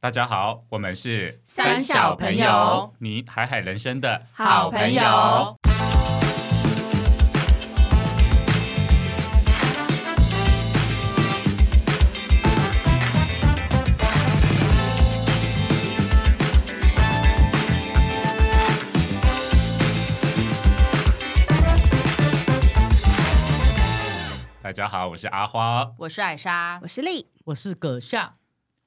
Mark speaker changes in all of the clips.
Speaker 1: 大家好，我们是
Speaker 2: 三小朋友，
Speaker 1: 你海海人生的
Speaker 2: 好朋友。
Speaker 1: 大家好，我是阿花。
Speaker 2: 我是艾莎
Speaker 3: 我，是丽，
Speaker 4: 我是葛夏，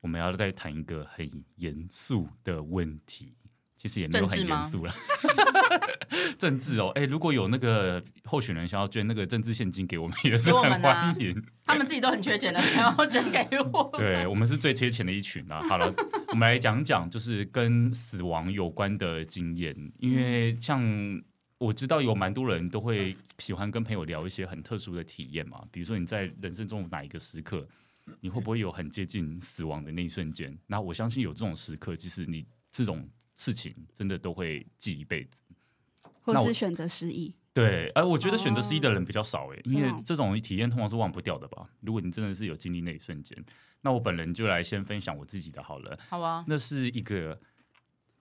Speaker 1: 我们要再谈一个很严肃的问题，其实也没有很
Speaker 2: 政治吗
Speaker 1: 严肃了。 政治哦，哎、如果有那个候选人想要捐那个政治现金给 我们，也是
Speaker 2: 给我
Speaker 1: 很
Speaker 2: 们啊
Speaker 1: 欢迎。
Speaker 2: 他们自己都很缺钱的，然后 捐给我。
Speaker 1: 对我们是最缺钱的一群啊。好了，我们来讲讲就是跟死亡有关的经验，因为像我知道有蛮多人都会喜欢跟朋友聊一些很特殊的体验嘛，比如说你在人生中哪一个时刻，你会不会有很接近死亡的那一瞬间？那我相信有这种时刻，其实你这种事情真的都会记一辈子。
Speaker 3: 或
Speaker 1: 那我
Speaker 3: 是选择失忆，
Speaker 1: 对，哎、我觉得选择 C 的
Speaker 2: 哦
Speaker 1: 人比较少哎、因为
Speaker 3: 嗯
Speaker 1: 这种体验通常是忘不掉的吧。如果你真的是有经历那一瞬间，那我本人就来先分享我自己的好了。
Speaker 2: 好啊，
Speaker 1: 那是一个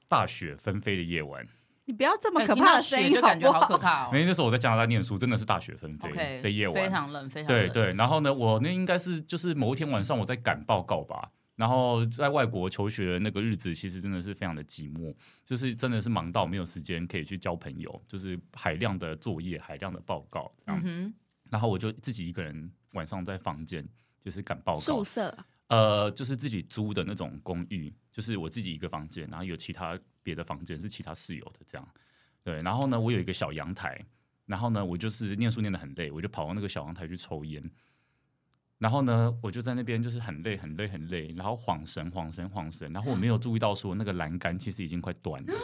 Speaker 1: 大雪纷飞的夜晚，
Speaker 3: 你不要这么
Speaker 2: 哎
Speaker 3: 可
Speaker 2: 听
Speaker 3: 怕
Speaker 2: 到
Speaker 3: 的声
Speaker 2: 血
Speaker 3: 音
Speaker 2: 就
Speaker 3: 好
Speaker 2: 感
Speaker 3: 不
Speaker 2: 觉好
Speaker 3: 好
Speaker 2: 可？怕
Speaker 1: 因
Speaker 2: 哦。
Speaker 1: 为那时候我在加拿大念书，真的是大雪纷
Speaker 2: OK，
Speaker 1: 飞的夜晚
Speaker 2: 非常冷，非常
Speaker 1: 对
Speaker 2: 冷。
Speaker 1: 对，然后呢，我那应该是就是某一天晚上我在赶报告吧，然后在外国求学的那个日子，其实真的是非常的寂寞，就是真的是忙到没有时间可以去交朋友，就是海量的作业、海量的报告这样
Speaker 2: 嗯。哼，
Speaker 1: 然后我就自己一个人晚上在房间就是赶报告
Speaker 3: 宿，舍
Speaker 1: 呃，就是自己租的那种公寓，就是我自己一个房间，然后有其他别的房间是其他室友的这样。对，然后呢，我有一个小阳台，然后呢，我就是念书念得很累，我就跑到那个小阳台去抽烟。然后呢，我就在那边就是很累，很累，很累，然后晃神，晃神，晃神，然后我没有注意到说那个栏杆其实已经快断 了。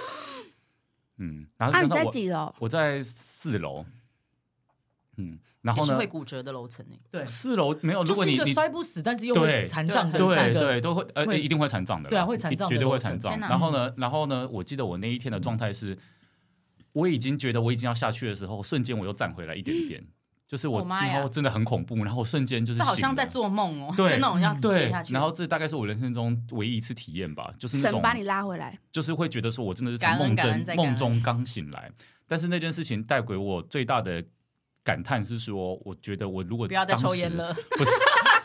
Speaker 1: 嗯，然后
Speaker 3: 啊，
Speaker 1: 加
Speaker 3: 你
Speaker 1: 上
Speaker 3: 在
Speaker 1: 我、
Speaker 3: 几楼？
Speaker 1: 我在四楼，嗯，然
Speaker 2: 也
Speaker 1: 后
Speaker 2: 是
Speaker 1: 呢
Speaker 2: 会，骨折的楼层欸诶。
Speaker 4: 对，
Speaker 1: 四楼没哦有，如
Speaker 4: 就
Speaker 1: 果
Speaker 4: 是一
Speaker 1: 你
Speaker 4: 个
Speaker 1: 你
Speaker 4: 摔不死，但是又会
Speaker 1: 对
Speaker 4: 残障的那
Speaker 1: 对
Speaker 4: 个
Speaker 1: 对，都会呃
Speaker 4: 会
Speaker 1: 一定会残障的啦，
Speaker 4: 对啊会残障的
Speaker 1: 绝对
Speaker 4: 楼
Speaker 1: 会
Speaker 4: 层
Speaker 1: 残障。
Speaker 2: 天哪
Speaker 1: 然后呢，然后呢，我记得我那一天的状态是，我已经觉得我已经要下去的时候，瞬间我又站回来一点点，
Speaker 4: 嗯
Speaker 1: 就是我，
Speaker 2: 我妈呀
Speaker 1: 然后真的很恐怖，然后我瞬间就是
Speaker 2: 这好像
Speaker 1: 醒了
Speaker 2: 在做梦哦，
Speaker 1: 对
Speaker 2: 就那种要
Speaker 1: 对
Speaker 2: 跌下，去。
Speaker 1: 然后这大概是我人生中唯一一次体验吧，就是那
Speaker 3: 神
Speaker 1: 种
Speaker 3: 把你拉回来，
Speaker 1: 就是会觉得说我真的是从
Speaker 2: 感恩
Speaker 1: 梦
Speaker 2: 感恩
Speaker 1: 中
Speaker 2: 再感恩
Speaker 1: 梦中刚醒来，但是那件事情带给我最大的感叹是说，我觉得我如果
Speaker 2: 不要再
Speaker 1: 当时
Speaker 2: 抽烟了，
Speaker 1: 不是，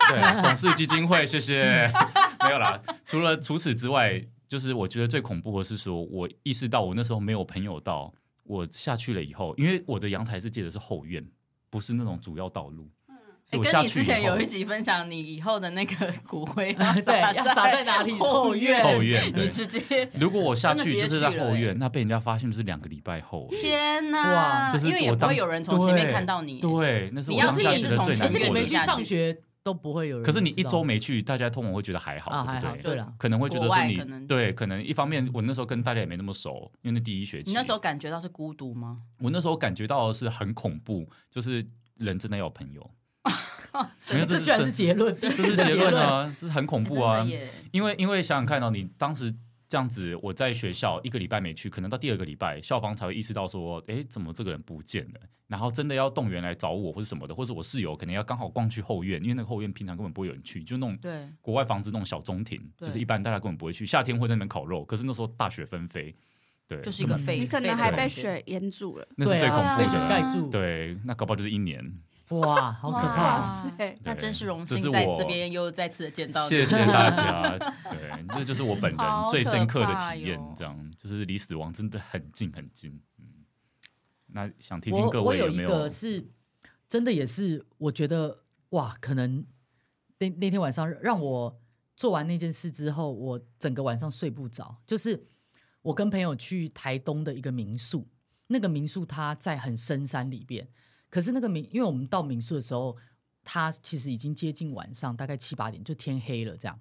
Speaker 1: 对，董事基金会，谢谢。 没有啦，除了除此之外，就是我觉得最恐怖的是说，我意识到我那时候没有朋友到，我下去了以后，因为我的阳台是借的是后院，不是那种主要道路。所以
Speaker 2: 哎
Speaker 1: 我
Speaker 2: 跟
Speaker 1: 下
Speaker 2: 你
Speaker 1: 去
Speaker 2: 之
Speaker 1: 以
Speaker 2: 前
Speaker 1: 后
Speaker 2: 有一集分享，你以后的那 个骨灰
Speaker 4: 对要撒在哪里
Speaker 2: 后院，
Speaker 1: 后院对
Speaker 2: 你直接
Speaker 1: 如果我下
Speaker 2: 真的
Speaker 1: 去
Speaker 2: 直接
Speaker 1: 就是在
Speaker 2: 去了
Speaker 1: 后
Speaker 2: 欸
Speaker 1: 院，那被人家发现就是两个礼拜后。
Speaker 2: 天
Speaker 4: 哇
Speaker 2: 哪！
Speaker 1: 这是
Speaker 2: 因为也
Speaker 1: 我
Speaker 2: 不
Speaker 1: 当
Speaker 2: 会
Speaker 1: 时
Speaker 2: 有人从前面
Speaker 1: 对
Speaker 2: 看到你，
Speaker 1: 对，那是我
Speaker 2: 你要
Speaker 1: 当
Speaker 2: 是
Speaker 1: 下
Speaker 2: 一
Speaker 1: 觉
Speaker 2: 直
Speaker 1: 得
Speaker 2: 从
Speaker 1: 最
Speaker 2: 前
Speaker 4: 而
Speaker 1: 难
Speaker 4: 且
Speaker 2: 面
Speaker 4: 你
Speaker 1: 过
Speaker 4: 没
Speaker 1: 的
Speaker 2: 一
Speaker 4: 去
Speaker 1: 事
Speaker 2: 下。
Speaker 4: 上学都不会有人知
Speaker 1: 可
Speaker 4: 道。
Speaker 1: 是你一周没去，大家通常会觉得还好，
Speaker 2: 哦
Speaker 4: 啊还
Speaker 1: 对
Speaker 4: 好，
Speaker 1: 不对？
Speaker 4: 对了，
Speaker 1: 可能会觉得说
Speaker 2: 国外
Speaker 1: 你
Speaker 2: 可能
Speaker 1: 对，可能一方面我那时候跟大家也没那么熟，因为那第一学期，
Speaker 2: 你那时候感觉到是孤独吗？
Speaker 1: 我那时候感觉到的是很恐怖，就是人真的要有朋友，没有
Speaker 4: 这居然是结论，这
Speaker 1: 这是结论！啊，这是很恐怖啊
Speaker 2: 真的，耶
Speaker 1: 因为因为想想看到、哦你当时。这样子，我在学校一个礼拜没去，可能到第二个礼拜，校方才会意识到说，诶，怎么这个人不见了？然后真的要动员来找我，或者什么的，或者我室友可能要刚好逛去后院，因为那个后院平常根本不会有人去，就那种
Speaker 2: 对，
Speaker 1: 国外房子那种小中庭，
Speaker 2: 对
Speaker 1: 就是一般大家根本不会去，夏天会在那边烤肉，可是那时候大雪纷飞，对，啊
Speaker 2: 就是一个
Speaker 4: 嗯
Speaker 2: 废，
Speaker 3: 你可
Speaker 2: 废
Speaker 3: 能
Speaker 2: 的
Speaker 3: 还
Speaker 2: 感
Speaker 3: 被
Speaker 2: 觉
Speaker 3: 雪淹住了。
Speaker 1: 那是最
Speaker 4: 对
Speaker 1: 恐
Speaker 4: 啊
Speaker 1: 怖
Speaker 4: 被雪
Speaker 1: 的，
Speaker 4: 盖住，
Speaker 1: 对，那搞不好就是一年。
Speaker 4: 哇，好可怕！
Speaker 2: 哇
Speaker 3: 哇塞！
Speaker 2: 那
Speaker 1: 对
Speaker 2: 真是荣
Speaker 1: 这是
Speaker 2: 幸在
Speaker 1: 我
Speaker 2: 这边又再次地见到你。
Speaker 1: 谢谢大家，对，这就是我本人
Speaker 2: 好
Speaker 1: 最深刻的
Speaker 2: 可怕
Speaker 1: 体
Speaker 2: 哟
Speaker 1: 验，这样就是离死亡真的很近很近。嗯，那想听听
Speaker 4: 我
Speaker 1: 各
Speaker 4: 我
Speaker 1: 位
Speaker 4: 有一
Speaker 1: 没
Speaker 4: 个
Speaker 1: 有？
Speaker 4: 是真的，也是我觉得哇，可能那那天晚上让我做完那件事之后，我整个晚上睡不着。就是我跟朋友去台东的一个民宿，那个民宿它在很深山里边，可是那个民，因为我们到民宿的时候，它其实已经接近晚上，大概七八点就天黑了这样。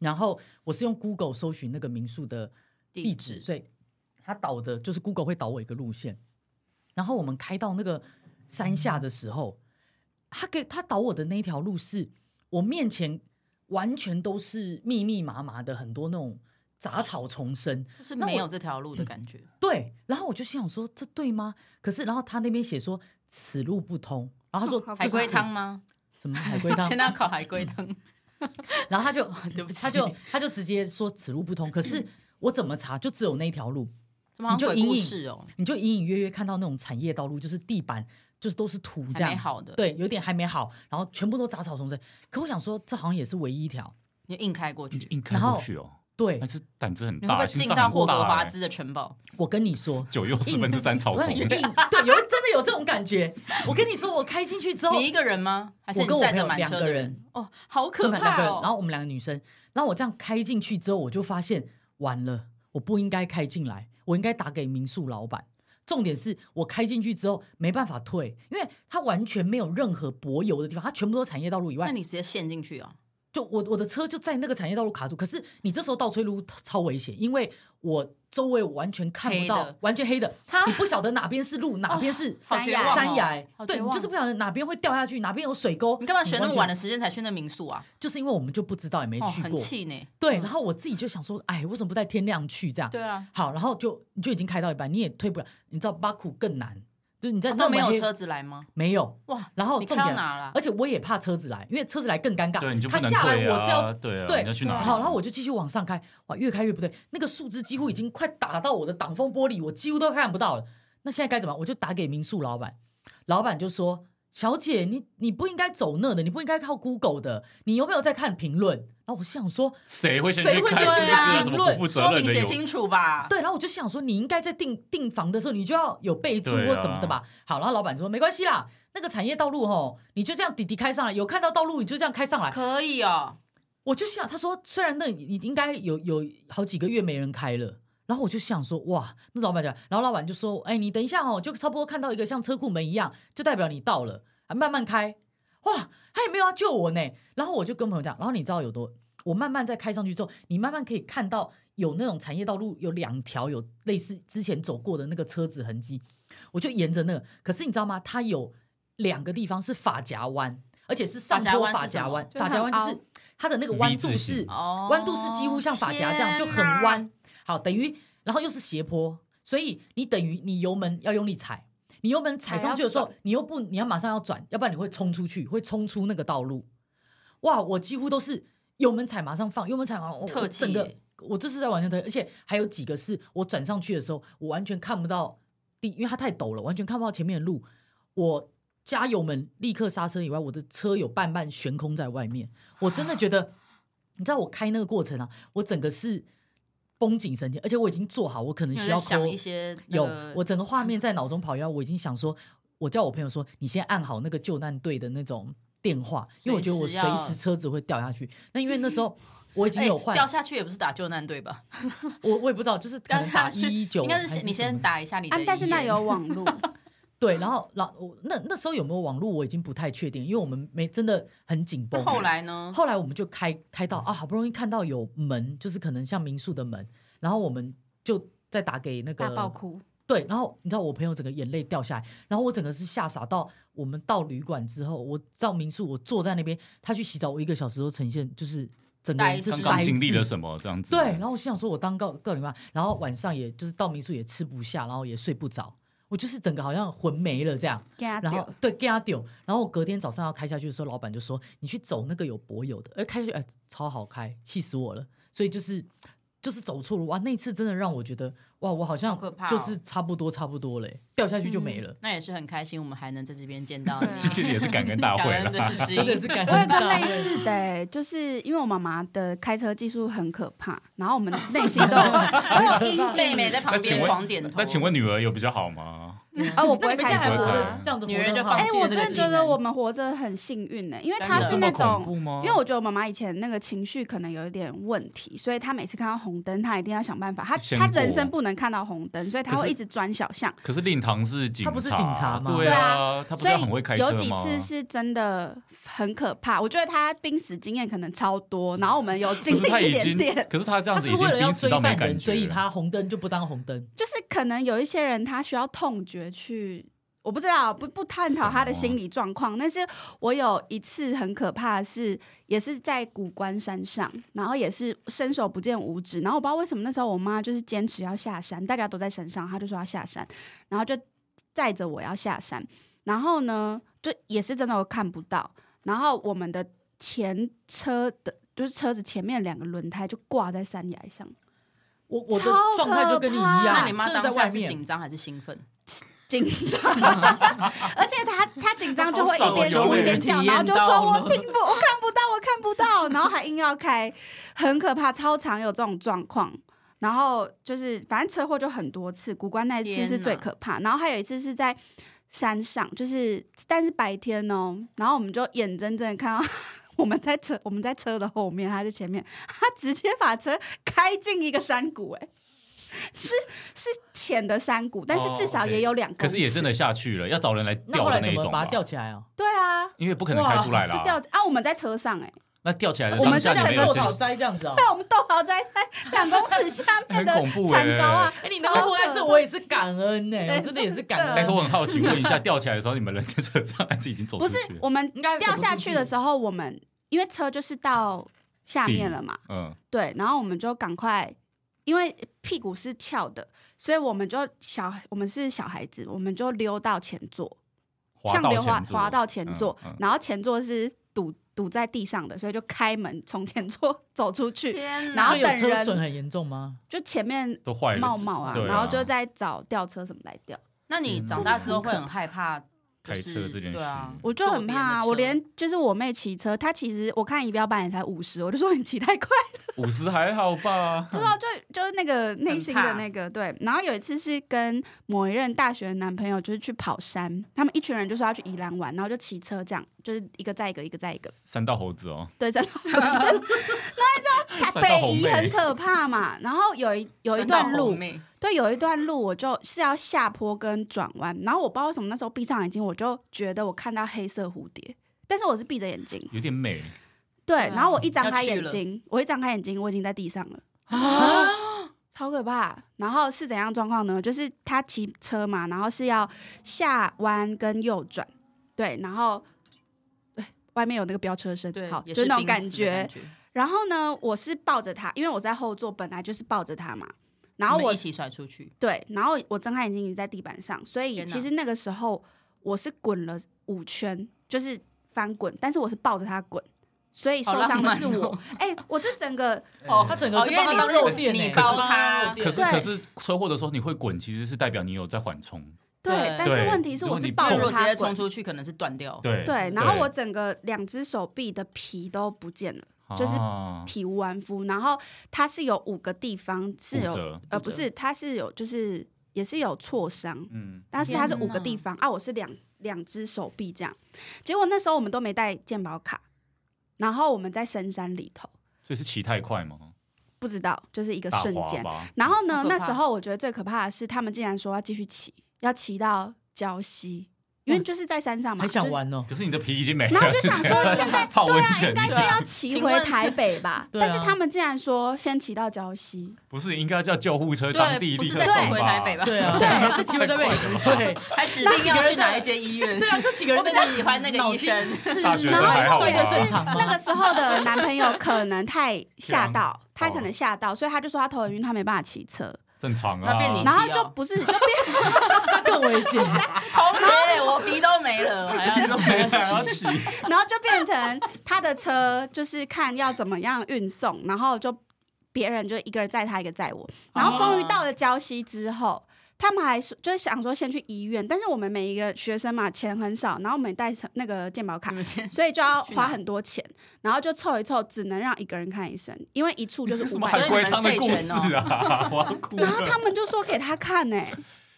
Speaker 4: 然后我是用 Google 搜寻那个民宿的地址，
Speaker 2: 地址
Speaker 4: 所以它导的就是 Google 会导我一个路线。然后我们开到那个山下的时候，他给他导我的那一条路是我面前完全都是密密麻麻的很多那种杂草丛生，
Speaker 2: 就是
Speaker 4: 那
Speaker 2: 没
Speaker 4: 我
Speaker 2: 有这条路的感觉。
Speaker 4: 对，然后我就心想说这对吗？可是然后他那边写说此路不通，然后他说
Speaker 3: 哦好
Speaker 4: 就
Speaker 2: 海
Speaker 4: 是
Speaker 2: 龟
Speaker 4: 此
Speaker 2: 汤吗？
Speaker 4: 什么海龟汤
Speaker 2: 现，在要考海龟汤，
Speaker 4: 然后他就
Speaker 2: 对不起
Speaker 4: 他就他就直接说此路不通。可是我怎么查，就只有那一条路，
Speaker 2: 怎么好
Speaker 4: 你就
Speaker 2: 像
Speaker 4: 隐
Speaker 2: 鬼故
Speaker 4: 隐
Speaker 2: 事哦，
Speaker 4: 你就隐隐约约看到那种产业道路，就是地板就是都是土这
Speaker 2: 还没
Speaker 4: 样，
Speaker 2: 好的，，
Speaker 4: 对，有点还没好，然后全部都杂草丛生。可我想说，这好像也是唯一一条，
Speaker 2: 你就硬开过
Speaker 1: 你
Speaker 2: 去
Speaker 1: 就，硬开
Speaker 4: 然后
Speaker 1: 过去哦，
Speaker 4: 对
Speaker 1: 那，是胆子很
Speaker 2: 你会不
Speaker 1: 大，
Speaker 2: 会
Speaker 1: 心
Speaker 2: 进
Speaker 1: 脏
Speaker 2: 到
Speaker 1: 很
Speaker 2: 霍格
Speaker 1: 大
Speaker 2: 华
Speaker 1: 欸
Speaker 2: 兹的城堡？
Speaker 4: 我跟你说，
Speaker 1: 九又四
Speaker 4: 硬
Speaker 1: 分之三草
Speaker 4: 我
Speaker 1: 丛
Speaker 4: 跟你，硬对，有真的有这种感觉。我跟你说，我开进去之后，
Speaker 2: 你一个人吗？还是
Speaker 4: 我
Speaker 2: 你
Speaker 4: 跟我
Speaker 2: 载
Speaker 4: 朋友
Speaker 2: 着满
Speaker 4: 两
Speaker 2: 车
Speaker 4: 个
Speaker 2: 的
Speaker 4: 人？
Speaker 2: 哦，好可
Speaker 4: 根本两
Speaker 2: 怕
Speaker 4: 个人，
Speaker 2: 哦！
Speaker 4: 然后我们两个女生，然后我这样开进去之后，我就发现完了，我不应该开进来，我应该打给民宿老板。重点是我开进去之后没办法退，因为它完全没有任何柏油的地方，它全部都是产业道路以
Speaker 2: 那
Speaker 4: 外，
Speaker 2: 你直接陷进去哦，
Speaker 4: 就我我的车就在那个产业道路卡住。可是你这时候倒退路超危险，因为我周围完全看不
Speaker 2: 黑
Speaker 4: 到
Speaker 2: 的，
Speaker 4: 完全黑的，
Speaker 2: 他
Speaker 4: 你不晓得哪边是路，哪边是
Speaker 2: 好
Speaker 3: 山
Speaker 2: 绝
Speaker 3: 崖
Speaker 2: 望哦
Speaker 4: 山崖，
Speaker 2: 好
Speaker 4: 对
Speaker 2: 绝
Speaker 4: 你就是
Speaker 2: 望
Speaker 4: 不晓得哪边会掉下去，哪边有水沟。
Speaker 2: 你干嘛选那
Speaker 4: 完
Speaker 2: 么
Speaker 4: 全
Speaker 2: 晚的？时间才去那民宿啊？
Speaker 4: 就是因为我们就不知道，也没
Speaker 2: 哦，
Speaker 4: 去
Speaker 2: 很
Speaker 4: 过，
Speaker 2: 气呢。
Speaker 4: 对，
Speaker 2: 嗯
Speaker 4: 然后我自己就想说，哎，为什么不在天亮去这样？
Speaker 2: 对啊，
Speaker 4: 好，然后就你就已经开到一半，你也退不了。你知道巴库更难，就是你在
Speaker 2: 哦都没
Speaker 4: 那
Speaker 2: 有
Speaker 4: 么黑
Speaker 2: 车子来吗？
Speaker 4: 没有。
Speaker 2: 哇，
Speaker 4: 然后
Speaker 2: 你
Speaker 4: 重
Speaker 2: 看到
Speaker 4: 点，
Speaker 2: 哪了？
Speaker 4: 而且我也怕车子来，因为车子来更尴尬。
Speaker 1: 对，你就不
Speaker 4: 他
Speaker 1: 能
Speaker 4: 下来
Speaker 1: 退
Speaker 4: 我是要、
Speaker 1: 啊，对啊，
Speaker 4: 对
Speaker 1: 你要去哪里？
Speaker 4: 好，然后我就继续往上开，哇，越开越不对，那个树枝几乎已经快打到我的挡风玻璃，我几乎都看不到了。那现在该怎么办？我就打给民宿老板，老板就说：“小姐，你你不应该走那的，你不应该靠 Google 的，你有没有在看评论？”然后我心想说，
Speaker 1: 谁会先
Speaker 4: 谁
Speaker 1: 去
Speaker 4: 会
Speaker 1: 看
Speaker 4: 先
Speaker 1: 这
Speaker 2: 去
Speaker 1: 个
Speaker 2: 看
Speaker 1: 什
Speaker 4: 评
Speaker 1: 么
Speaker 4: 论
Speaker 1: 不负责
Speaker 2: 说
Speaker 1: 任
Speaker 2: 明
Speaker 1: 的
Speaker 2: 写
Speaker 1: 有
Speaker 2: 清楚吧。
Speaker 4: 对，然后我就想说，你应该在订订房的时候，你就要有备注
Speaker 1: 对
Speaker 4: 或
Speaker 1: 啊
Speaker 4: 什么的吧。好，然后老板说没关系啦，那个产业道路吼，你就这样滴滴开上来，有看到道路你就这样开上来。
Speaker 2: 可以哦，
Speaker 4: 我就想，他说虽然那已应该有有好几个月没人开了。然后我就想说，哇，那老板讲，然后老板就说，哎，你等一下哦，就差不多看到一个像车库门一样，就代表你到了，啊，慢慢开，哇，他也没有要救我呢。然后我就跟朋友讲，然后你知道有多，我慢慢再开上去之后，你慢慢可以看到有那种产业道路有两条有类似之前走过的那个车子痕迹，我就沿着那个。可是你知道吗？它有两个地方是发夹弯，而且是上
Speaker 2: 发夹
Speaker 4: 坡
Speaker 2: 弯是
Speaker 4: 发夹弯，
Speaker 2: 什么
Speaker 4: 发夹弯就是它的那个弯度
Speaker 1: V 字
Speaker 4: 是
Speaker 1: 形
Speaker 2: 哦，
Speaker 4: 弯度是几乎像发夹这样，就很
Speaker 2: 天哪。
Speaker 4: 弯。好，等于然后又是斜坡，所以你等于你油门要用力踩，你油门踩上去的时候，你又不你要马上要转，要不然你会冲出去，会冲出那个道路。哇，我几乎都是油门踩马上放，油门踩完我
Speaker 2: 特
Speaker 4: 我
Speaker 2: 技
Speaker 4: 整个
Speaker 2: 耶
Speaker 4: 我这是在完全特技，而且还有几个是我转上去的时候，我完全看不到地，因为它太陡了，完全看不到前面的路。我加油门立刻刹车以外，我的车有半半悬空在外面，我真的觉得， 你知道我开那个过程啊，我整个是绷紧神经，而且我已经做好，我可能
Speaker 2: 你啊有
Speaker 4: 需
Speaker 2: 在
Speaker 4: 要
Speaker 2: 想
Speaker 4: 抠
Speaker 2: 一些那
Speaker 4: 有
Speaker 2: 个，
Speaker 4: 我整个画面 在脑中跑，然后我已经想说，我叫我朋友说，你先按好那个救难队的那种电话，因为我觉得我
Speaker 2: 随时
Speaker 4: 随
Speaker 2: 要
Speaker 4: 时车子会掉下去。那因为那 时候我已经
Speaker 2: 哎
Speaker 4: 有换，
Speaker 2: 掉下去也不是打救难队吧？
Speaker 4: 我我也不知道，就是可
Speaker 2: 掉
Speaker 4: 能
Speaker 2: 下
Speaker 4: 打
Speaker 2: 去
Speaker 4: 一一九，
Speaker 2: 应该是先你先打一下你的
Speaker 3: 啊
Speaker 2: 遗言。，
Speaker 3: 但是那有网 路，
Speaker 4: 对，然后老我那那时候有没有网络我已经不太确定，因为我们没真的很紧
Speaker 2: 那
Speaker 4: 绷。
Speaker 2: 后来呢？
Speaker 4: 后来我们就开开到啊，好不容易看到有门，就是可能像民宿的门，然后我们就再打给那个
Speaker 3: 大爆哭，
Speaker 4: 对，然后你知道我朋友整个眼泪掉下来，然后我整个是吓傻到我们到旅馆之后，我到民宿，我坐在那边，他去洗澡，我一个小时都呈现就是整个人是
Speaker 2: 呆滞
Speaker 1: 刚
Speaker 4: 呆
Speaker 1: 刚经历
Speaker 4: 滞
Speaker 1: 了什么这样子？啊
Speaker 4: 对，然后我心想说，我当告告你妈，然后晚上也就是到民宿也吃不下，然后也睡不着，我就是整个好像魂没了这样。
Speaker 3: 给他
Speaker 4: 然
Speaker 3: 丢
Speaker 4: 后对给他丢，然后隔天早上要开下去的时候，老板就说你去走那个有柏油的，哎，开下去哎超好开，气死我了。所以就是就是走错路哇，那一次真的让我觉得哇，我好像
Speaker 2: 好可怕哦嗯
Speaker 4: 就是差不多差不多嘞，掉下去就没了，
Speaker 2: 那也是很开心，我们还能在这边见到
Speaker 3: 对
Speaker 2: 你
Speaker 3: 啊。
Speaker 1: 今天也是感恩大会
Speaker 2: 感恩的
Speaker 1: 啦。
Speaker 2: 心
Speaker 4: 真的是感
Speaker 3: 我有
Speaker 4: 恩
Speaker 3: 个
Speaker 4: 大
Speaker 3: 类
Speaker 4: 会。
Speaker 3: 似的、欸，就是因为我妈妈的开车技术很可怕，然后我们内 心都有都有阴影。
Speaker 2: 妹妹在旁
Speaker 1: 那请
Speaker 2: 边
Speaker 1: 问
Speaker 2: 狂点头。
Speaker 1: 那请问女儿有比较好吗？
Speaker 3: 啊，我不会
Speaker 4: 你们
Speaker 3: 开
Speaker 4: 现在还
Speaker 3: 车
Speaker 1: 不
Speaker 4: 活
Speaker 1: 会
Speaker 3: 啊。
Speaker 4: 得这样子活
Speaker 2: 女人
Speaker 4: 得
Speaker 2: 就
Speaker 4: 很
Speaker 2: 放
Speaker 4: 好
Speaker 3: 哎、
Speaker 2: 弃
Speaker 3: 我
Speaker 2: 了这
Speaker 3: 真
Speaker 2: 个
Speaker 3: 的
Speaker 2: 技
Speaker 3: 觉得
Speaker 2: 能
Speaker 3: 我们活着很幸运欸呢、因为
Speaker 2: 真
Speaker 3: 她
Speaker 2: 的
Speaker 3: 是
Speaker 1: 有
Speaker 3: 那
Speaker 1: 这么恐
Speaker 3: 种。
Speaker 1: 怖吗？
Speaker 3: 因为我觉得我妈妈以前那个情绪可能有一点问题，所以她每次看到红灯，她一定要想办法。她
Speaker 1: 先
Speaker 3: 她
Speaker 1: 过
Speaker 3: 人生不能看到红灯，所以她
Speaker 1: 可
Speaker 3: 会
Speaker 1: 是
Speaker 3: 一直钻小巷。
Speaker 1: 可是令堂是警察，
Speaker 4: 他不是警察吗
Speaker 1: 对啊，他不
Speaker 3: 所
Speaker 1: 是
Speaker 3: 以
Speaker 1: 很会开车吗？
Speaker 3: 有几次是真的很可怕，我觉得她濒死经验可能超多，然后我们有经
Speaker 1: 可嗯是他
Speaker 3: 历一
Speaker 1: 已
Speaker 3: 点
Speaker 1: 经
Speaker 3: 点，，
Speaker 1: 可是他这
Speaker 4: 他
Speaker 1: 样子
Speaker 4: 是不
Speaker 1: 已
Speaker 4: 是
Speaker 1: 经
Speaker 4: 为了要
Speaker 1: 濒死
Speaker 4: 追
Speaker 1: 到没
Speaker 4: 犯
Speaker 1: 感觉
Speaker 4: 人，
Speaker 1: 了，
Speaker 4: 所以他红灯就不当红灯。
Speaker 3: 就是可能有一些人他需要痛觉去，我不知道不不探讨他的心理状况，但是我有一次很可怕的是，也是在古关山上，然后也是伸手不见五指，然后我不知道为什么那时候我妈就是坚持要下山，大家都在山上，她就说要下山，然后就载着我要下山，然后呢，就也是真的我看不到，然后我们的。前车的，就是车子前面两个轮胎就挂在山崖上，
Speaker 4: 我我的
Speaker 3: 超可
Speaker 4: 状态就跟你一样，
Speaker 3: 怕
Speaker 2: 那你妈
Speaker 4: 真的
Speaker 2: 当
Speaker 4: 在
Speaker 2: 下
Speaker 4: 外
Speaker 2: 是紧
Speaker 4: 面，
Speaker 2: 张还是兴奋？
Speaker 3: 紧张，而且他他紧张就会一边
Speaker 1: 好爽
Speaker 3: 哭
Speaker 1: 哦
Speaker 3: 一边叫，
Speaker 4: 有人体验
Speaker 3: 然后就说
Speaker 4: 到
Speaker 3: 我
Speaker 4: 了
Speaker 3: 听不，我看不到，我看不到，然后还硬要开，很可怕，超常有这种状况。然后就是反正车祸就很多次，古关那一次
Speaker 2: 天
Speaker 3: 是最
Speaker 2: 哪
Speaker 3: 可怕，然后还有一次是在山上，就是但是白天哦，然后我们就眼睁睁的看到。 我们在车，我们在车的后面，他在前面，他直接把车开进一个山谷、哎， 是是浅的山谷，但是至
Speaker 1: 哦
Speaker 3: 少
Speaker 1: ，OK
Speaker 3: 也有两公
Speaker 1: 可
Speaker 3: 尺。
Speaker 1: 是也真的下去了，要找人来
Speaker 4: 那
Speaker 1: 吊
Speaker 4: 后
Speaker 1: 的
Speaker 4: 来
Speaker 1: 那
Speaker 4: 怎
Speaker 1: 一
Speaker 4: 么
Speaker 1: 种
Speaker 4: 把它
Speaker 1: 吧，
Speaker 4: 吊起来啊？
Speaker 3: 对啊，
Speaker 1: 因为不可能开出来
Speaker 3: 就
Speaker 1: 啦。
Speaker 3: 掉啊！我们在车上哎、
Speaker 1: 那吊起来的
Speaker 3: 我们
Speaker 1: 当下
Speaker 3: 就
Speaker 1: 你
Speaker 3: 两
Speaker 1: 没
Speaker 3: 个
Speaker 1: 有
Speaker 4: 豆
Speaker 3: 手
Speaker 1: 先
Speaker 4: 草栽这样子哦。
Speaker 3: 对，我们豆好在在两公尺下面的
Speaker 1: 很恐怖欸
Speaker 3: 山高啊！
Speaker 4: 哎，你能够回来这，我也是感恩呢，
Speaker 3: 对
Speaker 4: 我真的也是感
Speaker 1: 哎、
Speaker 3: 真
Speaker 4: 恩
Speaker 1: 可。我很好奇，问一下，吊起来的时候，你们人在车上还是已经走
Speaker 3: 不
Speaker 1: 出
Speaker 3: 是
Speaker 1: 去？
Speaker 3: 我们
Speaker 4: 应该
Speaker 3: 掉下去的时候，我们因为车就是到下面了嘛，
Speaker 1: 嗯，
Speaker 3: 对，然后我们就赶快，因为屁股是翘的，所以我们就小，我们是小孩子，我们就溜到前座，
Speaker 1: 滑
Speaker 3: 像
Speaker 1: 到
Speaker 3: 溜滑
Speaker 1: 前座
Speaker 3: 滑到前座，
Speaker 1: 嗯嗯
Speaker 3: 然后前座是堵堵在地上的，所以就开门从前座走出去，
Speaker 2: 天
Speaker 3: 然后
Speaker 4: 所以有
Speaker 3: 等
Speaker 4: 车
Speaker 3: 人
Speaker 4: 损很严重吗？
Speaker 3: 就前面
Speaker 1: 都坏了
Speaker 3: 帽帽啊，
Speaker 1: 对啊
Speaker 3: 然后就在找吊车什么来吊。
Speaker 2: 那你
Speaker 1: 嗯
Speaker 2: 长大之后会很害怕
Speaker 4: 嗯
Speaker 1: 开车这件事
Speaker 2: 对啊，
Speaker 3: 我就很怕、啊，
Speaker 2: 坐
Speaker 3: 我
Speaker 2: 别人的
Speaker 3: 连就是我妹骑车，她其实我看仪表板也才五十，我就说你骑太快，
Speaker 1: 五十还好 吧？
Speaker 3: 不知道就就是那个内心的那个对。然后有一次是跟某一任大学的男朋友就是去跑山，他们一群人就说要去宜兰玩，然后就骑车这样，就是一个载一个，一个载一个，
Speaker 1: 三道猴子哦，
Speaker 3: 对，真的。 然后你知 道台
Speaker 1: 三道
Speaker 3: 北
Speaker 1: 红
Speaker 3: 宜
Speaker 1: 妹
Speaker 3: 很可怕嘛，然后有一有一段
Speaker 2: 看到
Speaker 3: 路
Speaker 2: 红，妹
Speaker 3: 对，有一段路我就是要下坡跟转弯，然后我不知道为什么那时候闭上眼睛，我就觉得我看到黑色蝴蝶，但是我是闭着眼睛，
Speaker 1: 有点美，
Speaker 3: 对，
Speaker 2: 对啊
Speaker 3: 然后我一张
Speaker 2: 要
Speaker 3: 开
Speaker 2: 去
Speaker 3: 眼
Speaker 2: 了
Speaker 3: 睛，我一张开眼睛，我已经在地上了，
Speaker 4: 啊，
Speaker 3: 超可怕。然后是怎样状况呢？就是他骑车嘛，然后是要下弯跟右转，对，然后对外面有那个飙车声，
Speaker 2: 对，
Speaker 3: 好，
Speaker 2: 也
Speaker 3: 就是那种
Speaker 2: 濒死
Speaker 3: 感
Speaker 2: 的
Speaker 3: 觉
Speaker 2: 觉。。
Speaker 3: 然后呢，我是抱着他，因为我在后座，本来就是抱着他嘛。然后
Speaker 2: 你们
Speaker 3: 我
Speaker 2: 一起甩出去，
Speaker 3: 对，然后我睁开眼睛已经在地板上，所以
Speaker 2: 天哪
Speaker 3: 其实那个时候我是滚了五圈，就是翻滚，但是我是抱着他滚，所以受
Speaker 2: 好浪
Speaker 3: 伤的
Speaker 2: 漫
Speaker 3: 是我
Speaker 2: 哦。
Speaker 3: 哎、我这整 个
Speaker 2: 哦
Speaker 4: 他整个是帮他当肉垫欸
Speaker 2: 你包他
Speaker 4: 可
Speaker 1: 可是
Speaker 3: 对
Speaker 1: 可是车祸的时候你会滚，其实是代表你有在缓冲，
Speaker 3: 对
Speaker 2: 对，
Speaker 3: 但是
Speaker 1: 对
Speaker 3: 问题是
Speaker 1: 如果
Speaker 3: 我是
Speaker 1: 你
Speaker 3: 抱
Speaker 2: 如
Speaker 3: 着
Speaker 2: 果直
Speaker 3: 他
Speaker 2: 接冲
Speaker 3: 滚，
Speaker 2: 出去，可能是断掉。
Speaker 1: 对
Speaker 3: 对，然后我整个两只手臂的皮都不见了，就是
Speaker 1: 啊
Speaker 3: 体无完肤。然后它是有五个地方是
Speaker 1: 骨
Speaker 3: 有
Speaker 1: 折，
Speaker 3: 呃，不是，它是有就是也是有挫伤，
Speaker 1: 嗯，
Speaker 3: 但是它是五个
Speaker 2: 天哪
Speaker 3: 地方啊，我是两两只手臂这样。结果那时候我们都没带健保卡，然后我们在深山里头，
Speaker 1: 所以是骑太快吗？
Speaker 3: 不知道就是一个
Speaker 1: 打
Speaker 3: 呃瞬
Speaker 1: 滑
Speaker 3: 间。
Speaker 1: 吧，
Speaker 3: 然后呢
Speaker 2: 好，可
Speaker 3: 那
Speaker 2: 怕
Speaker 3: 时候我觉得最可怕的是，他们竟然说要继续骑，要骑到礁溪，因为就是在山上嘛，
Speaker 4: 嗯还
Speaker 3: 就
Speaker 4: 想
Speaker 3: 是
Speaker 4: 玩哦？
Speaker 1: 可是你的皮已经没了，
Speaker 3: 然后就想说，现在
Speaker 1: 泡
Speaker 3: 对
Speaker 1: 温
Speaker 3: 啊，
Speaker 1: 泉
Speaker 3: 应该是要骑回台北吧？
Speaker 4: 对啊
Speaker 3: 但是他们竟然说先骑到礁溪，
Speaker 1: 不是应该叫救护车当地
Speaker 2: 对，不
Speaker 1: 立
Speaker 2: 是
Speaker 1: 刻
Speaker 2: 在
Speaker 1: 送
Speaker 2: 回台北吧？
Speaker 4: 对啊，
Speaker 3: 对
Speaker 4: 这机会在被对
Speaker 2: 还指定要去哪一间医院？
Speaker 4: 对啊，这几个人
Speaker 2: 我比
Speaker 4: 在
Speaker 2: 较
Speaker 4: 那
Speaker 2: 喜欢那个医 生，
Speaker 4: 是
Speaker 1: 大学
Speaker 3: 然
Speaker 1: 生
Speaker 3: 后
Speaker 1: 还好
Speaker 3: 重
Speaker 1: 吧
Speaker 3: 点
Speaker 4: 正
Speaker 3: 是
Speaker 4: 常吗
Speaker 3: 那个时候的男朋友可能太吓到，他可能吓到，所以他就说他头很晕，他没办法骑车，
Speaker 1: 正常啊，
Speaker 2: 那变你
Speaker 3: 然后就不是就变
Speaker 4: 那更危险。
Speaker 2: 同学，我皮都没 了，我还要说
Speaker 1: 没还要骑，
Speaker 3: 然后就变成他的车就是看要怎么样运送，然后就别人就一个人载他，一个载我，然后终于到了礁溪之后。他们还说，就是想说先去医院，但是我们每一个学生嘛，钱很少，然后我们带上那个健保卡
Speaker 2: 你，们先
Speaker 3: 所以就要
Speaker 2: 嗯去哪
Speaker 3: 花很多钱，然后就凑一凑，只能让一个人看医生，因为一处就是
Speaker 1: 什
Speaker 3: 五
Speaker 1: 么
Speaker 3: 百
Speaker 1: 海
Speaker 2: 很
Speaker 3: 块。
Speaker 1: 龟汤的故 事啊，我要哭了
Speaker 3: 然。后他们就说给他看呢、欸，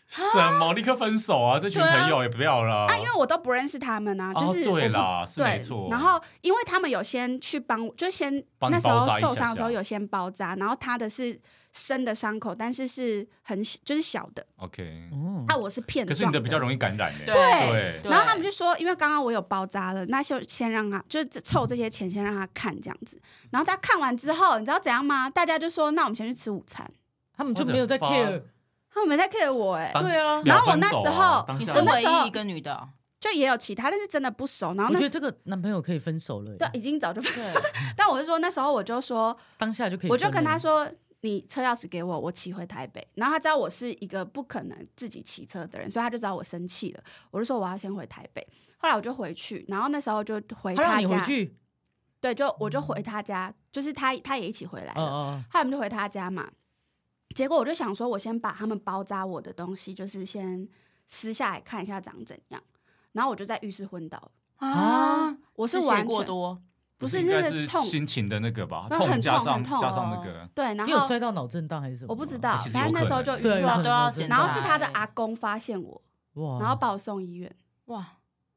Speaker 1: 什么？立刻分手啊！这群朋友也不要了
Speaker 3: 啊，因为我都不认识他们啊，就是
Speaker 1: 哦、
Speaker 3: 我
Speaker 1: 对
Speaker 3: 不
Speaker 1: 啦，是没
Speaker 3: 对
Speaker 1: 错。，
Speaker 3: 然后因为他们有先去帮我，就先
Speaker 1: 帮你
Speaker 3: 那时
Speaker 1: 包
Speaker 3: 候
Speaker 1: 扎一
Speaker 3: 受
Speaker 1: 下
Speaker 3: 伤的时候
Speaker 1: 下
Speaker 3: 有先包扎，然后他的是深的伤口，但是是很小就是小的，
Speaker 1: OK，
Speaker 4: 嗯，
Speaker 3: 啊，我是片
Speaker 1: 可
Speaker 3: 状
Speaker 1: 是你的比较容易感染呢、
Speaker 2: 对
Speaker 1: 对
Speaker 3: 然后他们就说，因为刚刚我有包扎了，那就先让他，就是凑这些钱先让他看这样子。然后他看完之后，你知道怎样吗？大家就说，那我们先去吃午餐。
Speaker 4: 他们就没有在
Speaker 1: What the fuck？
Speaker 4: care。
Speaker 3: 他们没在 care 我哎、
Speaker 1: 当
Speaker 4: 对啊
Speaker 1: 秒
Speaker 3: 然后我
Speaker 1: 分
Speaker 3: 那
Speaker 1: 手
Speaker 3: 时
Speaker 1: 啊
Speaker 3: 候
Speaker 1: 当
Speaker 2: 你
Speaker 1: 下
Speaker 2: 是
Speaker 3: 那
Speaker 2: 唯
Speaker 3: 时候
Speaker 2: 一一个女的哦，
Speaker 3: 就也有其他，但是真的不熟。然后
Speaker 4: 我
Speaker 3: 那
Speaker 4: 觉得
Speaker 3: 时
Speaker 4: 这个男朋友可以分手了耶，
Speaker 3: 对已经早就分手了，但我是说那时候我就说，
Speaker 4: 当下就可以
Speaker 3: 我
Speaker 4: 分了。欸
Speaker 3: 就跟他说：“你车钥匙给我，我骑回台北。”然后他知道我是一个不可能自己骑车的人，所以他就知道我生气了。我就说我要先回台北。后来我就回去，然后那时候就回
Speaker 4: 他让你
Speaker 3: 家。
Speaker 4: 回去，嗯
Speaker 3: 对，就我就回他家，就是他他也一起回来
Speaker 4: 哦
Speaker 3: 了，
Speaker 4: 哦，
Speaker 3: 后来我们就回他家嘛。结果我就想说，我先把他们包扎我的东西，就是先撕下来看一下长怎样。然后我就在浴室昏倒了，
Speaker 4: 啊
Speaker 2: 啊，
Speaker 3: 我
Speaker 2: 是
Speaker 3: 完
Speaker 2: 血过
Speaker 3: 全
Speaker 2: 多，
Speaker 3: 不
Speaker 1: 应
Speaker 3: 那
Speaker 1: 该
Speaker 3: 个
Speaker 1: 是
Speaker 3: 痛，
Speaker 1: 心情的那个吧，
Speaker 3: 那很痛
Speaker 1: 加上
Speaker 3: 很痛
Speaker 1: 加上那个，
Speaker 3: 对，然
Speaker 4: 你有
Speaker 3: 后
Speaker 4: 摔到脑震荡还是什么吗？
Speaker 3: 我不知道，
Speaker 1: 其实
Speaker 3: 反
Speaker 1: 有
Speaker 3: 正那
Speaker 1: 可
Speaker 3: 时候
Speaker 1: 能
Speaker 3: 就
Speaker 1: 欸
Speaker 3: 晕
Speaker 4: 对，有可
Speaker 3: 乱
Speaker 4: 能
Speaker 2: 都要检
Speaker 3: 然后是
Speaker 2: 查
Speaker 3: 他的
Speaker 2: 欸
Speaker 3: 阿公发现我，
Speaker 4: 哇，
Speaker 3: 然后把我送医院，
Speaker 2: 哇，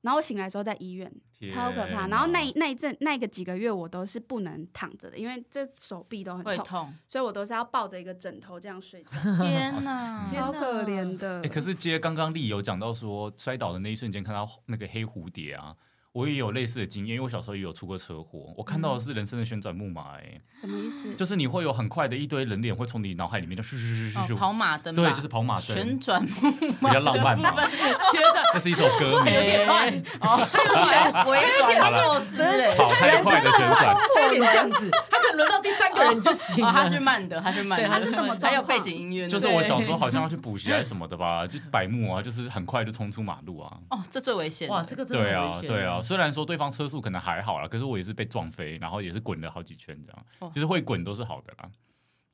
Speaker 3: 然后我醒来之后在医院，
Speaker 1: 天啊
Speaker 3: 超可
Speaker 1: 哪
Speaker 3: 怕。然后那一那一阵那个几个月我都是不能躺着的，因为这手臂都很
Speaker 2: 会
Speaker 3: 痛，
Speaker 2: 痛，
Speaker 3: 所以我都是要抱着一个枕头这样睡觉，
Speaker 2: 天哪！
Speaker 4: 天
Speaker 3: 超
Speaker 4: 哪
Speaker 3: 可怜的。
Speaker 1: 哎、可是接刚刚丽有讲到说摔倒的那一瞬间看到那个黑蝴蝶啊，我也有类似的经验，因为我小时候也有出过车祸，我看到的是人生的旋转木马、哎、
Speaker 3: 什么意思？
Speaker 1: 就是你会有很快的一堆人脸会从你脑海里面就咻咻咻咻
Speaker 2: 哦
Speaker 1: 咻，
Speaker 2: 跑马灯吧
Speaker 1: 对，就是跑马
Speaker 2: 旋
Speaker 1: 灯，
Speaker 2: 转木
Speaker 1: 比较浪漫嘛，
Speaker 4: 学长
Speaker 1: 那是一首歌名，
Speaker 2: 哎哦，回转寿司哎，
Speaker 1: 跑太快的旋转，
Speaker 4: 他有点这样子，他可能轮到第三个人就行
Speaker 2: 哦
Speaker 4: 了。
Speaker 2: 他是慢的，他是慢的，
Speaker 4: 对他
Speaker 3: 是什么状况
Speaker 2: 还有背景音乐呢，
Speaker 1: 就是我小时候好像要去补习还是什么的吧，就百慕啊，就是很快就冲出马路啊。
Speaker 2: 哦，这最危险的。
Speaker 4: 哇，这个真的
Speaker 1: 对
Speaker 4: 很
Speaker 1: 啊
Speaker 4: 危，险欸
Speaker 1: 对啊，，虽然说对方车速可能还好啦，可是我也是被撞飞，然后也是滚了好几圈这
Speaker 2: 哇
Speaker 1: 样。其实会滚都是好的啦，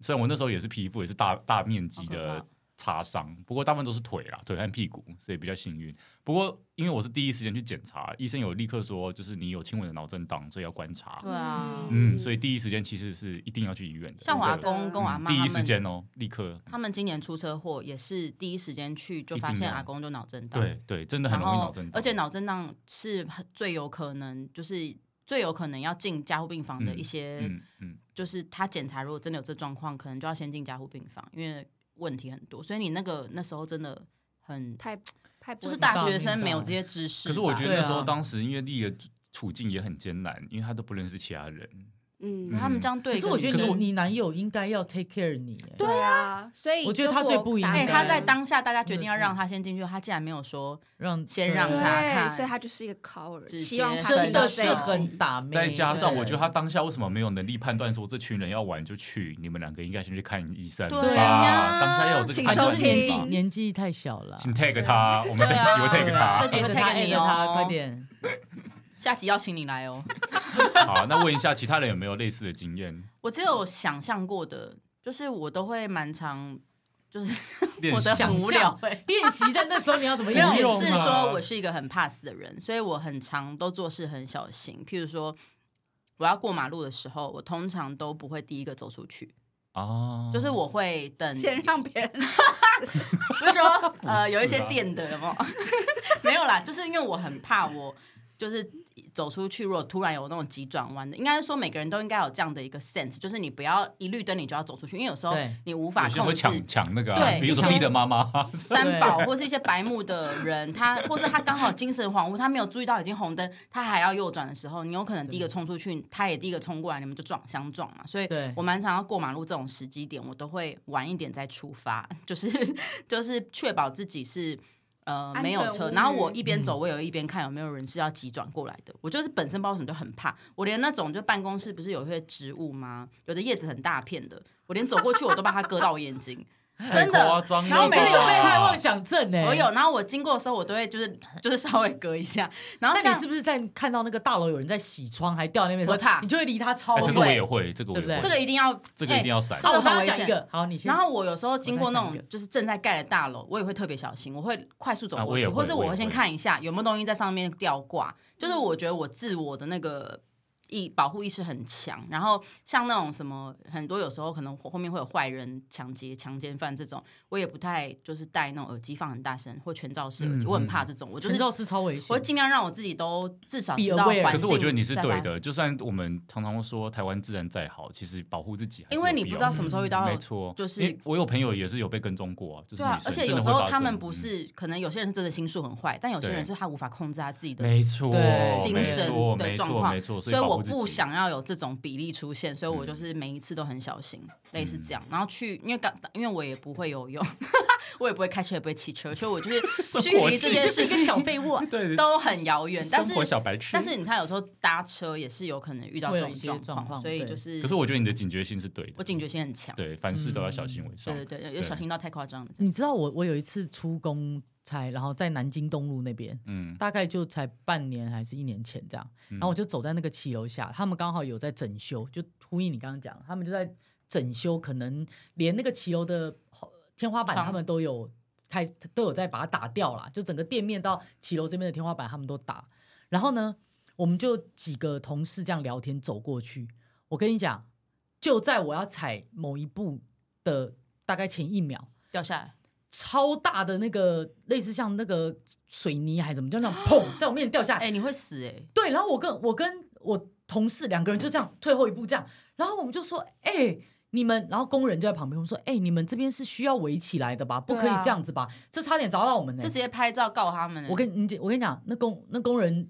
Speaker 1: 虽然我那时候也是皮肤也是大大面积
Speaker 2: 好可
Speaker 1: 的
Speaker 2: 怕
Speaker 1: 擦伤，不过大部分都是腿啦，腿和屁股，所以比较幸运。不过因为我是第一时间去检查，医生有立刻说就是你有轻微的脑震荡，所以要观察。
Speaker 2: 对啊，
Speaker 1: 嗯，所以第一时间其实是一定要去医院的。
Speaker 2: 像我阿
Speaker 1: 对
Speaker 2: 公跟我阿
Speaker 1: 嗯
Speaker 2: 啊妈
Speaker 1: 第一
Speaker 2: 他
Speaker 1: 时
Speaker 2: 们，
Speaker 1: 间哦，立刻。
Speaker 2: 他们今年出车祸也是第一时间去就
Speaker 1: 一定
Speaker 2: 发现
Speaker 1: 要
Speaker 2: 阿公就脑震荡，
Speaker 1: 对对，真的很
Speaker 2: 然
Speaker 1: 容易
Speaker 2: 后
Speaker 1: 脑震荡，
Speaker 2: 而且脑震荡是很最有可能就是。最有可能要进加护病房的一些，
Speaker 1: 嗯嗯，
Speaker 2: 就是他检查如果真的有这状况，可能就要先进加护病房，因为问题很多。所以你那个那时候真的很，
Speaker 3: 太太不
Speaker 2: 就
Speaker 3: 会碰
Speaker 2: 是大
Speaker 3: 到
Speaker 2: 学
Speaker 3: 你
Speaker 2: 生
Speaker 3: 知
Speaker 2: 没
Speaker 3: 道
Speaker 2: 有这些知识吧。
Speaker 1: 可是我觉得那时
Speaker 4: 对
Speaker 1: 候
Speaker 4: 啊
Speaker 1: 当时因为丽的处境也很艰难，因为她都不认识其他人，
Speaker 3: 嗯
Speaker 2: 可他们这样对
Speaker 4: 可
Speaker 2: 一
Speaker 4: 是
Speaker 2: 个
Speaker 4: 我
Speaker 2: 女
Speaker 4: 觉
Speaker 2: 生，
Speaker 4: 得
Speaker 1: 可是
Speaker 4: 你
Speaker 1: 我
Speaker 4: 你男友应该要 take care 你，哎
Speaker 3: 对啊，所以
Speaker 4: 我觉得他
Speaker 3: 就
Speaker 4: 最不应
Speaker 3: 打
Speaker 4: 该
Speaker 2: 哎、
Speaker 3: 开
Speaker 2: 他在当下大家决定
Speaker 4: 真的
Speaker 2: 要
Speaker 4: 是
Speaker 2: 让他先进去，他竟然没有说，
Speaker 4: 让
Speaker 2: 先让
Speaker 4: 对
Speaker 2: 他看
Speaker 3: 对，所以他就是一个 coward，
Speaker 2: 直接
Speaker 3: 希望他
Speaker 4: 真
Speaker 3: 听到
Speaker 4: 的
Speaker 3: 这
Speaker 4: 是
Speaker 3: 一集
Speaker 4: 很打妹。
Speaker 1: 再加上
Speaker 4: 对
Speaker 1: 我觉得她当下为什么没有能力判断说这群人要玩就去，你们两个应该先去看医生吧，
Speaker 2: 对
Speaker 4: 啊
Speaker 1: 当下要有这个
Speaker 3: 请
Speaker 4: 他
Speaker 1: 判
Speaker 4: 就
Speaker 1: 断
Speaker 4: 是
Speaker 3: 收
Speaker 4: 年
Speaker 1: 力
Speaker 4: 纪
Speaker 3: 听
Speaker 1: 吧。
Speaker 4: 年纪太小了，
Speaker 1: 请 tag 他，我们这一集会 tag
Speaker 2: 啊这集
Speaker 1: 他。
Speaker 2: 我 tag 你哦
Speaker 4: 他，快点。
Speaker 2: 下集要请你来哦。
Speaker 1: 好，那问一下其他人有没有类似的经验？
Speaker 2: 我只有想象过的，就是我都会蛮常，就是
Speaker 1: 练
Speaker 2: 我
Speaker 1: 习
Speaker 2: 的很无聊、欸。
Speaker 4: 练习在那时候你要怎么应
Speaker 2: 没有，
Speaker 4: 用
Speaker 2: 我
Speaker 4: 啊？
Speaker 2: 是说我是一个很怕死的人，所以我很常都做事很小心。譬如说，我要过马路的时候，我通常都不会第一个走出去，
Speaker 1: 啊，
Speaker 2: 就是我会等，
Speaker 3: 先让别人
Speaker 2: 比如说呃
Speaker 1: 不是
Speaker 2: 有一些
Speaker 1: 吧
Speaker 2: 电的，有没 有？没有啦，就是因为我很怕我就是。走出去，如果突然有那种急转弯的，应该是说每个人都应该有这样的一个 sense，就是你不要一绿灯你就要走出去，因为有时候
Speaker 4: 对
Speaker 2: 你无法
Speaker 1: 有些人
Speaker 2: 控
Speaker 1: 会
Speaker 2: 制
Speaker 1: 抢抢那个啊，
Speaker 2: 对
Speaker 1: 比如说丽的妈妈，
Speaker 2: 三宝 或是一些白目的人，他或是他刚好精神恍惚，他没有注意到已经红灯，他还要右转的时候，你有可能第一个冲出去，他也第一个冲过来，你们就撞相撞嘛。所以
Speaker 4: 对
Speaker 2: 我蛮常要过马路这种时机点，我都会晚一点再出发，就是 就是确保自己是。呃，
Speaker 3: 安全
Speaker 2: 没有
Speaker 3: 无
Speaker 2: 车，
Speaker 3: 虞
Speaker 2: 然后我一边
Speaker 4: 嗯
Speaker 2: 走，我有一边看有没有人是要急转过来的。我就是本身不知道为什么就很怕，我连那种就办公室不是有一些植物吗？有的叶子很大片的，我连走过去我都怕它割到我眼 睛，
Speaker 1: 太
Speaker 2: 真的。
Speaker 1: 夸张了吧。
Speaker 2: 然后每
Speaker 4: 这
Speaker 2: 次
Speaker 4: 个
Speaker 2: 被
Speaker 4: 被害妄想症哎，
Speaker 2: 我有，然后我经过的时候，我都会就是 就是稍微隔一下，然后
Speaker 4: 那
Speaker 2: 像
Speaker 4: 你是不是在看到那个大楼有人在洗窗还掉那边的时候，
Speaker 2: 我会怕
Speaker 4: 你就会离他超
Speaker 1: 哎可是
Speaker 4: 远？
Speaker 1: 我也会，这个我也
Speaker 4: 对
Speaker 1: 会，
Speaker 4: 不对
Speaker 2: 这个一定要
Speaker 1: 这个一定要闪
Speaker 2: 哎。这个
Speaker 4: 哦，我
Speaker 2: 很
Speaker 4: 刚刚
Speaker 2: 危
Speaker 4: 讲一
Speaker 2: 险
Speaker 4: 个，好，你先。
Speaker 2: 然后我有时候经过那
Speaker 4: 我再
Speaker 2: 种
Speaker 4: 想
Speaker 2: 就是正在盖的大楼，我也会特别小心，我会快速走
Speaker 1: 啊
Speaker 2: 过
Speaker 1: 我
Speaker 2: 去，
Speaker 1: 也
Speaker 2: 或
Speaker 1: 会
Speaker 2: 是我
Speaker 1: 我
Speaker 2: 会
Speaker 1: 也
Speaker 2: 先
Speaker 1: 会
Speaker 2: 看一下有没有东西在上面吊挂。就是我觉得我自我的那个意保护意识很强，然后像那种什么很多有时候可能后面会有坏人抢劫、强奸犯这种，我也不太就是戴那种呃耳机放很大声或全罩式耳机，
Speaker 1: 嗯
Speaker 2: 我
Speaker 1: 嗯
Speaker 2: 很怕这种，我就
Speaker 4: 全
Speaker 2: 是
Speaker 4: 罩式超危险，
Speaker 2: 我会尽量让我自己都至少
Speaker 4: Be
Speaker 2: 知道
Speaker 4: aware
Speaker 2: 环境。
Speaker 1: 哎可是我觉得你是对，的，就算我们常常说台湾治安再好，其实保护自己还是
Speaker 2: 因
Speaker 1: 有
Speaker 2: 为你
Speaker 1: 必
Speaker 2: 不知
Speaker 1: 要
Speaker 2: 道
Speaker 1: 的
Speaker 2: 什么时候遇到。
Speaker 1: 没错，
Speaker 2: 就是
Speaker 1: 因为我有朋友也是有被跟踪过啊，就是
Speaker 2: 对啊
Speaker 1: 女，生
Speaker 2: 而且
Speaker 1: 真
Speaker 2: 有
Speaker 1: 的
Speaker 2: 时
Speaker 1: 会
Speaker 2: 候
Speaker 1: 发
Speaker 2: 他们
Speaker 1: 生
Speaker 2: 不
Speaker 1: 嗯
Speaker 2: 是，可能有些人是真的心术很坏，但有些人
Speaker 1: 对
Speaker 2: 是他无法控制他自己的
Speaker 1: 嗯没错，
Speaker 4: 对
Speaker 2: 精
Speaker 1: 没
Speaker 2: 神
Speaker 1: 错
Speaker 2: 的
Speaker 1: 没
Speaker 2: 状
Speaker 1: 错
Speaker 2: 况
Speaker 1: 没错，
Speaker 2: 所
Speaker 1: 以
Speaker 2: 以
Speaker 1: 保
Speaker 2: 我
Speaker 1: 护自
Speaker 2: 不
Speaker 1: 己嗯
Speaker 2: 想要有这种比例出现，所以我就是每一次都很小心，类似这样。然后去，因为刚因为我也不会游泳， 我也不会开车，也不会骑车，所以我就是 距离这件事情
Speaker 4: 被窝。
Speaker 1: 对
Speaker 2: 都很遥远。但是
Speaker 1: 生活小白痴，
Speaker 2: 但是你看，有时候搭车也是有可能遇到
Speaker 4: 会
Speaker 2: 这
Speaker 4: 有
Speaker 2: 种
Speaker 4: 一些状
Speaker 2: 况，
Speaker 4: 况
Speaker 2: 所以
Speaker 4: 对
Speaker 2: 就是
Speaker 1: 可是我觉得你的警觉性是对的，
Speaker 2: 我警觉性很强，
Speaker 1: 对凡事都要小心为上
Speaker 2: 对。对对，有
Speaker 1: 对
Speaker 2: 小心到太夸张了。这样
Speaker 4: 你知道我我有一次出工才，然后在南京东路那边，
Speaker 1: 嗯，
Speaker 4: 大概就才半年还是一年前这样。
Speaker 1: 然
Speaker 4: 然后我就走在那个骑楼下，他们刚好有在整修，就呼应你刚刚讲，他们就在整修，可能连那个骑楼的后天花板
Speaker 2: 窗
Speaker 4: 他们都有开都有在把它打掉啦，就整个店面到骑楼这边的天花板他们都打。然后呢，我们就几个同事这样聊天走过去，我跟你讲，就在我要踩某一步的大概前一秒。
Speaker 2: 掉下来，
Speaker 4: 超大的那个类似像那个水泥还是怎么，就那样砰在我面前掉下来，
Speaker 2: 哎、你会死哎、
Speaker 4: 对，然后我跟我跟我同事两个人就这样退后一步，这样，然后我们就说，哎、你们，然后工人就在旁边，我们说，哎、你们这边是需要围起来的吧？不可
Speaker 2: 对
Speaker 4: 以
Speaker 2: 啊
Speaker 4: 这样子吧？这差点砸到我们呢、
Speaker 2: 就直接拍照告他们、欸。
Speaker 4: 我跟你我跟你讲，那工那工人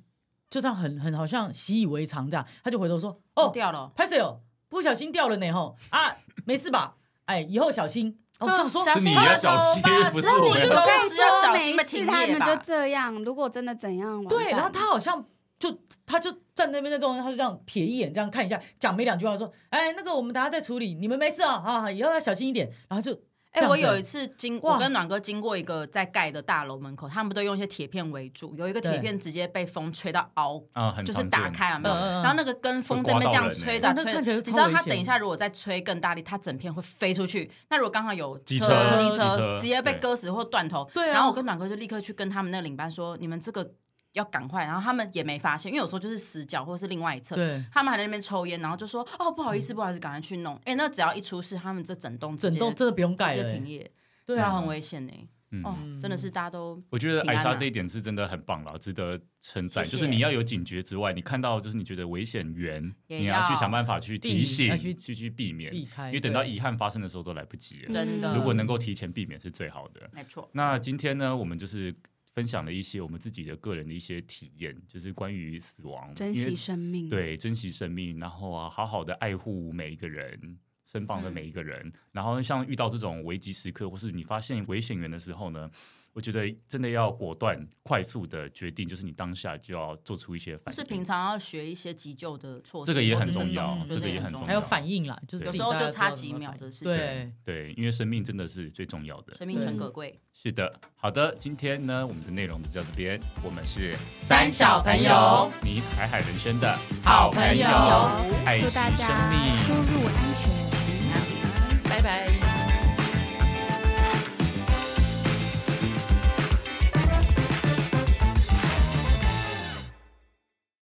Speaker 4: 就这样很很好像习以为常这样，他就回头说，哦，
Speaker 2: 掉了，
Speaker 4: 拍谁哦，不小心掉了呢吼啊，没事吧？哎，以后 小心。哦，我想说，
Speaker 1: 是你要
Speaker 2: 啊
Speaker 1: 小心不是我
Speaker 3: 我
Speaker 1: 要
Speaker 3: 跟
Speaker 1: 小
Speaker 3: 你说
Speaker 2: 没
Speaker 3: 没事，他们就这样。如果真的怎样，完
Speaker 4: 对，
Speaker 3: 蛋
Speaker 4: 然后他好像就他就站那边在中间，他就这样瞥一眼，这样看一下，讲没两句话说：“哎，那个我们等下再处理，你们没事啊，啊，以后要小心一点。”然后就
Speaker 2: 哎、
Speaker 4: 这样
Speaker 2: 我
Speaker 4: 子
Speaker 2: 有一次经，
Speaker 4: 哇
Speaker 2: 我跟暖哥经过一个在盖的大楼门口，他们不都用一些铁片围住，有一个铁
Speaker 4: 对
Speaker 2: 片直接被风吹到凹，
Speaker 1: 啊，很
Speaker 2: 就是
Speaker 1: 常
Speaker 2: 打
Speaker 1: 见
Speaker 2: 开有没有？
Speaker 4: 嗯嗯嗯
Speaker 2: 然后那个跟风这边这样吹
Speaker 4: 哇
Speaker 2: 着
Speaker 4: 欸那
Speaker 2: 吹，
Speaker 4: 看起来
Speaker 2: 你
Speaker 4: 就
Speaker 2: 知
Speaker 4: 超
Speaker 2: 道它
Speaker 4: 危险
Speaker 2: 等一下如果再吹更大力，它整片会飞出去。那如果刚好有
Speaker 1: 机
Speaker 2: 车、
Speaker 1: 车
Speaker 2: 机
Speaker 4: 机
Speaker 1: 车
Speaker 2: 直接被
Speaker 1: 对
Speaker 2: 割死或断头，
Speaker 4: 对啊
Speaker 2: 然后我跟暖哥就立刻去跟他们那个领班说：“你们这个要赶快。”然后他们也没发现，因为有时候就是死角或是另外一侧，
Speaker 4: 对
Speaker 2: 他们还在那边抽烟，然后就说：“哦，不好意思，不好意思，赶快去弄。”哎，那只要一出事，他们这整栋直
Speaker 4: 整
Speaker 2: 接
Speaker 4: 栋真的不用盖
Speaker 2: 直
Speaker 4: 了、
Speaker 2: 接
Speaker 4: 哎
Speaker 2: 停业，
Speaker 4: 对
Speaker 2: 那
Speaker 4: 啊，
Speaker 2: 很危险呢。
Speaker 1: 嗯
Speaker 2: 哦，真的是大家都
Speaker 1: 我觉得
Speaker 2: 平
Speaker 1: 艾
Speaker 2: 安
Speaker 1: 莎
Speaker 2: 啊
Speaker 1: 这一点是真的很棒了，值得称赞。
Speaker 2: 谢
Speaker 1: 就是
Speaker 2: 谢
Speaker 1: 你要有警觉之外，你看到就是你觉得危险源，
Speaker 2: 也
Speaker 1: 你要去
Speaker 2: 要
Speaker 1: 想办法去
Speaker 4: 避
Speaker 1: 提
Speaker 4: 免
Speaker 1: 醒
Speaker 4: 要、去
Speaker 1: 去去避
Speaker 2: 嗯
Speaker 1: 免，
Speaker 4: 避开
Speaker 1: 因为等到
Speaker 4: 对啊
Speaker 1: 遗憾发生的时候都来不及了。
Speaker 2: 真的，
Speaker 3: 嗯
Speaker 1: 如果能够提前避免是最好的。
Speaker 2: 没错，
Speaker 1: 那今天呢，我们就是分享了一些我们自己的个人的一些体验，就是关于死亡，
Speaker 3: 珍
Speaker 1: 因
Speaker 3: 惜
Speaker 1: 为
Speaker 3: 生
Speaker 2: 嗯
Speaker 3: 命，，
Speaker 1: 对，珍惜生命，然后啊，好好的爱护每一个人。身
Speaker 2: 嗯
Speaker 1: 旁的每一个人，然后像遇到这种危急时刻，或是你发现危险源的时候呢，我觉得真的要果断、快速的决定，就是你当下就要做出一些反
Speaker 2: 就
Speaker 1: 应。
Speaker 2: 是平常要学一些急救的措
Speaker 1: 这
Speaker 2: 施，
Speaker 1: 个也很
Speaker 2: 或是
Speaker 1: 重
Speaker 2: 这
Speaker 1: 要
Speaker 2: 种嗯
Speaker 1: 这个也很重
Speaker 4: 还
Speaker 1: 要
Speaker 4: 有反应啦，就是
Speaker 1: 对
Speaker 2: 有
Speaker 4: 自己
Speaker 2: 时候
Speaker 4: 大家
Speaker 2: 就差
Speaker 4: 知道
Speaker 2: 几
Speaker 4: 怎么
Speaker 2: 秒
Speaker 4: 反应
Speaker 2: 的事情
Speaker 4: 对，
Speaker 1: 对，因为生命真的是最重要的。
Speaker 2: 生命诚
Speaker 4: 对
Speaker 2: 可贵。
Speaker 1: 是的，好的，今天呢，我们的内容就到这边，我们是
Speaker 2: 三小朋
Speaker 4: 友，
Speaker 1: 你海海人生的
Speaker 2: 好朋友
Speaker 1: 爱惜
Speaker 3: 祝大
Speaker 1: 生
Speaker 3: 家
Speaker 1: 命
Speaker 3: 出。入安全。